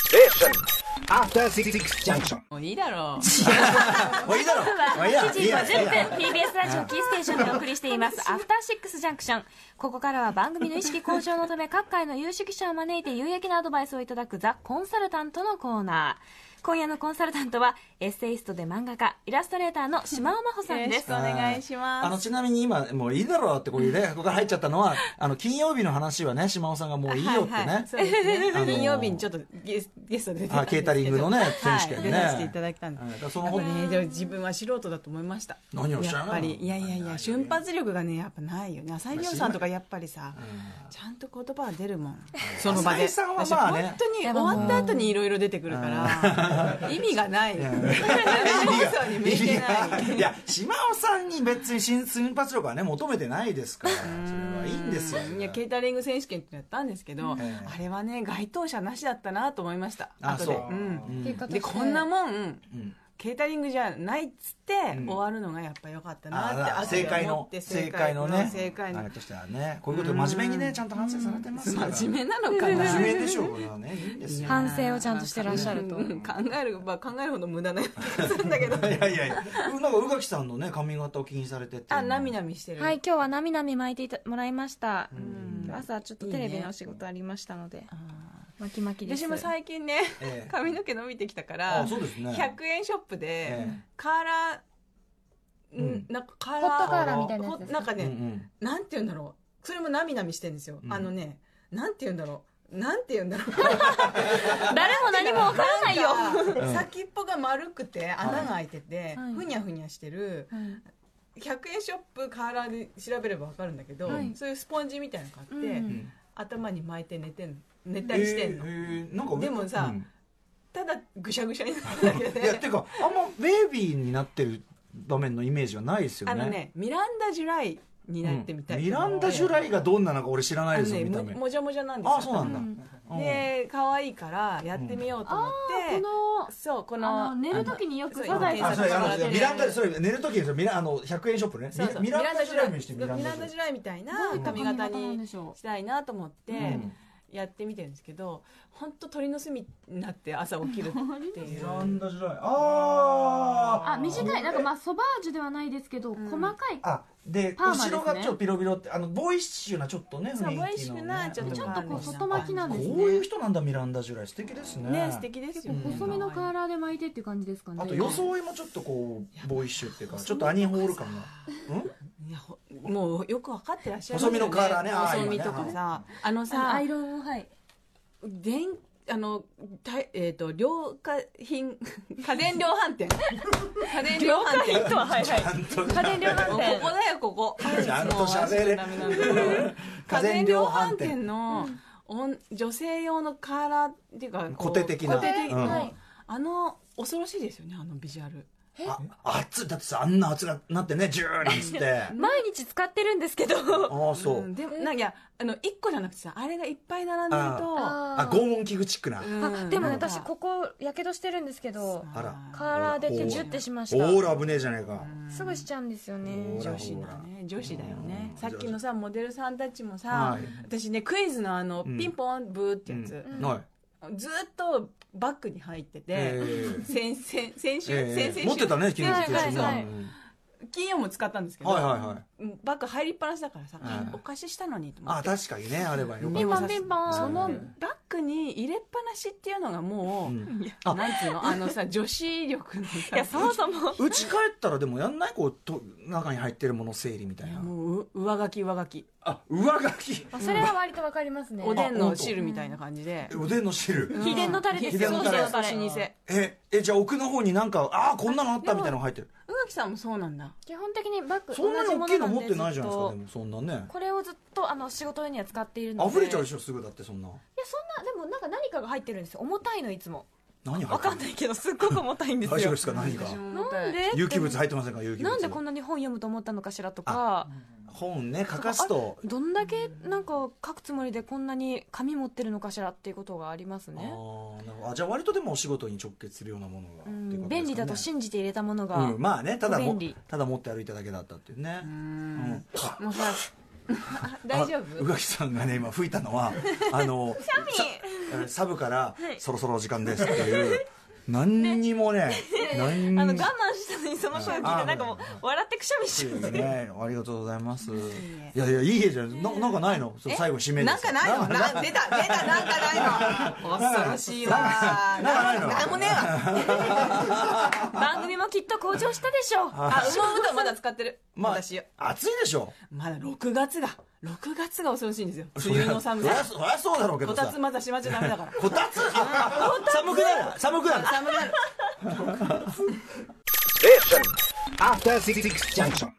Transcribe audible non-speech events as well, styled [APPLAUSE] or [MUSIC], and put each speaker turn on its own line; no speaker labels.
Station.
After Six Junction.
もういいだろう。
もういいだろもういいや
7時
いいや
50分 TBS ラジオキーステーションでお送りしています「アフターシックスジャンクション」ここからは番組の意識向上のため各界の有識者を招いて有益なアドバイスをいただくザ・コンサルタントのコーナー今夜のコンサルタントはエッセイストで漫画家イラストレーターの島尾真帆さんです
お願いします
あのちなみに今もういいだろうってこういうねここから入っちゃったのはあの金曜日の話はね島尾さんがもういいよって
はいはい
ね
そうですね
あのー
金曜日にちょっとゲスゲストで出てたん
あ
です
ケ
け
ー
ど
タリングのね選手権
出
ね
させていただいたんで
うんだ
す
からその
やっぱ
本
ねでも自分は素人だと思いました
何をおっしゃ
や
る
っ
の
ぱりいやいやいや瞬発力がねやっぱないよね浅井亮さんとかやっぱりさちゃんと言葉は出るもんその場
浅
で
井さんはまあね
私本当に終わった後にいろいろ出てくるから意味がないよ [LAUGHS] 生放送に向いてない
いや島尾さんに別に新瞬発力はね求めてないですからそれはいいんですよ
いやケータリング選手権ってやったんですけど、
ええ
あれはね該当者なしだったなと思いました
あ
後で
そう
うん
結果と
で
して
こんなもん
うん
ケータリングじゃないっつって、
うん
終わるのがやっぱ良かったな
あ
っ
正
て後
解
で思
の
って
正解のね
正解
あ
の
れとしてはねこういうことで真面目にねちゃんと反省されてますから
真面目なのかな
真面目でしょうからねいいんですよ
反省をちゃんとしてらっしゃると
うん考える、まあ、考えるほど無駄な気がするんだけど
いやいやいやなんか宇垣さんのね髪型を気にされてっていうの
あなみなみしてる、
はい、今日はなみなみ巻いていたもらいました
ん
朝ちょっとテレビのお仕事ありましたので巻き巻きです
私も最近ね
ええ
髪の毛伸びてきたから
あそうですね
100円ショップで
ええ
カーラー、
うん
ん、なんかカ
ホ
ーラー
ットカーラーみたいなやつです
ほなんかね、
うん
なんて言うんだろうそれもなみなみしてるんですよ、
うん
あのねなんて言うんだろうなんて言うんだろう
誰も何もわからないよ
うん
先っぽが丸くて穴が開いてて、
はい
ふにゃふにゃしてる
はい
100円ショップカーラーで調べれば分かるんだけど、
はい
そういうスポンジみたいなの買って、
うん
う
うん
ん
頭に巻いて寝てんの寝
え
た
え
りしてんの、
ええなんか上
でもさ
うん
ただぐしゃぐしゃになるだけ
いやっ
で
ていうかあんまベイビーになってる場面のイメージはないですよね
あのねミランダ・ジュライになってみたい、
うんミランダ・ジュライがどんなのか俺知らないで
あの
すよ
ね
見た
も
目
もじゃもじゃなんですよ
あそうなんだうん
で可愛いからやってみようと思って、
こ
そうこ
あ
の
の寝る時によく
そう
サザエさ
あ
ん
そうや
が
あのミランダでそれ寝る時にそれミラあの100円ショップね
そうそう
ミラミランダ・ジュライにして
ミランダジュライみたいな髪型
なんで
に
しょ
したいなと思って
うん
やってみてるんですけど本当鳥の隅になって朝起きるってい
ミ
う
ランダ・ジュライあ
う
ー
あ短いなんかまあソバージュではないですけど、
うん
細かい
あで
パーマで
後
すね
ろがちょっとピロピロってあのボーイッシュなちょっとね
そうボ
雰
ーイ
囲
ッ
気
シ
のね
ュなちょっと
ちょっと
パ
こう
ーマ
外巻きなんですね
こういう人なんだミランダ・ジュライ素敵ですね
ね素敵ですよね
細めのカーラーで巻いてっていう感じですかね
あと装いもちょっとこうボーイッシュっていうかちょっとアニーホール感がうん
いやほもうよく分かってらっしゃる
細身のカーラーねあー
細身とかさあの
あの
さ
アイロンをはい
電あのたえっ、と量化品 [LAUGHS] 家電量販
[LAUGHS]
店家電量販店とははいはい
家電量販
こ
店
こだよここ
ちゃんと喋れ
もうダメなんだ
家電
家電
量
量
販
販
店
店の、おん女性用のカーラーっていうかこう
固定的な
固定的な
うん
はいあの恐ろしいですよねあのビジュアル
あ熱いだってさあんな熱がなってねジューなんつって
毎日使ってるんですけど
ああそ
ん
う
でもなんかいやあの一個じゃなくてさあれがいっぱい並んでる
あ拷問器具チックな
と、うん
あでもね
なんか
私ここやけどしてるんですけど
あら
カーラーで手ジュってしました
オーラ危ねえじゃねえか
すぐしちゃうんですよね
ほら
女子だね女子だよねさっきのさモデルさんたちも
は
さ
い
私ねクイズのあの
うん
ピンポンブーって
う
や
ん
つ
はい
ずーっとバッグに入ってて
ええ [LAUGHS]
先先先週
ええ
先々週
持ってたね金
は
曜
い
日
は
金曜
いは
日
い金曜も使ったんですけど
はいはいはい
バッグ入りっぱなしだからさ
はい
お貸ししたのにと思っ
あ
て
確かにねあればよ
ピン
か
ポ
っ
ンピンポン
その
う
バッ
ん
グに入れっぱなしっていうのがも
たう
う
ん
なんつうのあのさ女子力のさ
いやそもそも
うち帰ったらでもやんないこうと中に入ってるもの整理みたい
いや
な
もうう上書き上書き
あ上書き
あそれは割とわかりますね
おでんの汁みたいな感じで
おでんの汁
うん
秘伝のタレですよ
秘伝のタレ
そうそう
老舗
ええじゃあ奥の方になんかああこんなのあったみたいなの入ってる
宇垣さんもそうなんだ
基本的にバッグ
そんなに大きいの持ってないじゃないですか
同
でもそんなね
これをずっとあの仕事用には使っているので
溢れちゃうで
い
しょすぐだってそんな
やそんなでもなんか何かが入ってるんですよ重たいのいつも
何入って
わかんないけどすっごく重たいんです
大丈
よ
夫ですか何か
私も持た
なんで
有機物入ってませんか有機物
なんでこんなに本読むと思ったのかしらとか
本ね書かすと
どんだけなんか書くつもりでこんなに紙持ってるのかしらっていうことがあります
あ
ね、
ーなるほどあじゃあ割とでもお仕事に直結するようなもの
う、
がっていうんことですかね
便利だと信じて入れたものが、
うんまあねただも
便利
ただ持って歩いただけだったっていうね
う
うんんか
もうさ大丈
あ
夫
宇垣さんがね今吹いたのはあのさえーサブから、そろそろお時間ですっていう何にもね何に
あ
も
の我慢したのに [LAUGHS] その声を聞いてなんかもう笑ってくしゃみしちゃう
ねありがとうございますいやいやいいえじゃないななんかないのそう最後締めで
なんかないのな出た出たなんかないの恐ろしいわ
なんかないの
なんもねえわ
[LAUGHS] 番組もきっと向上したでしょう
あ羽毛布団まだ使ってる
まあ
私
暑いでしょ
まだ6月が6月が恐ろしいんですよ
そり
冬
ゃ
の寒さ
そりゃそうだろうけ
こ
ど
た
さ
つまだしまっちゃダメだから
こたつああ寒くなる寒くなる
寒くなる
After Six Junction.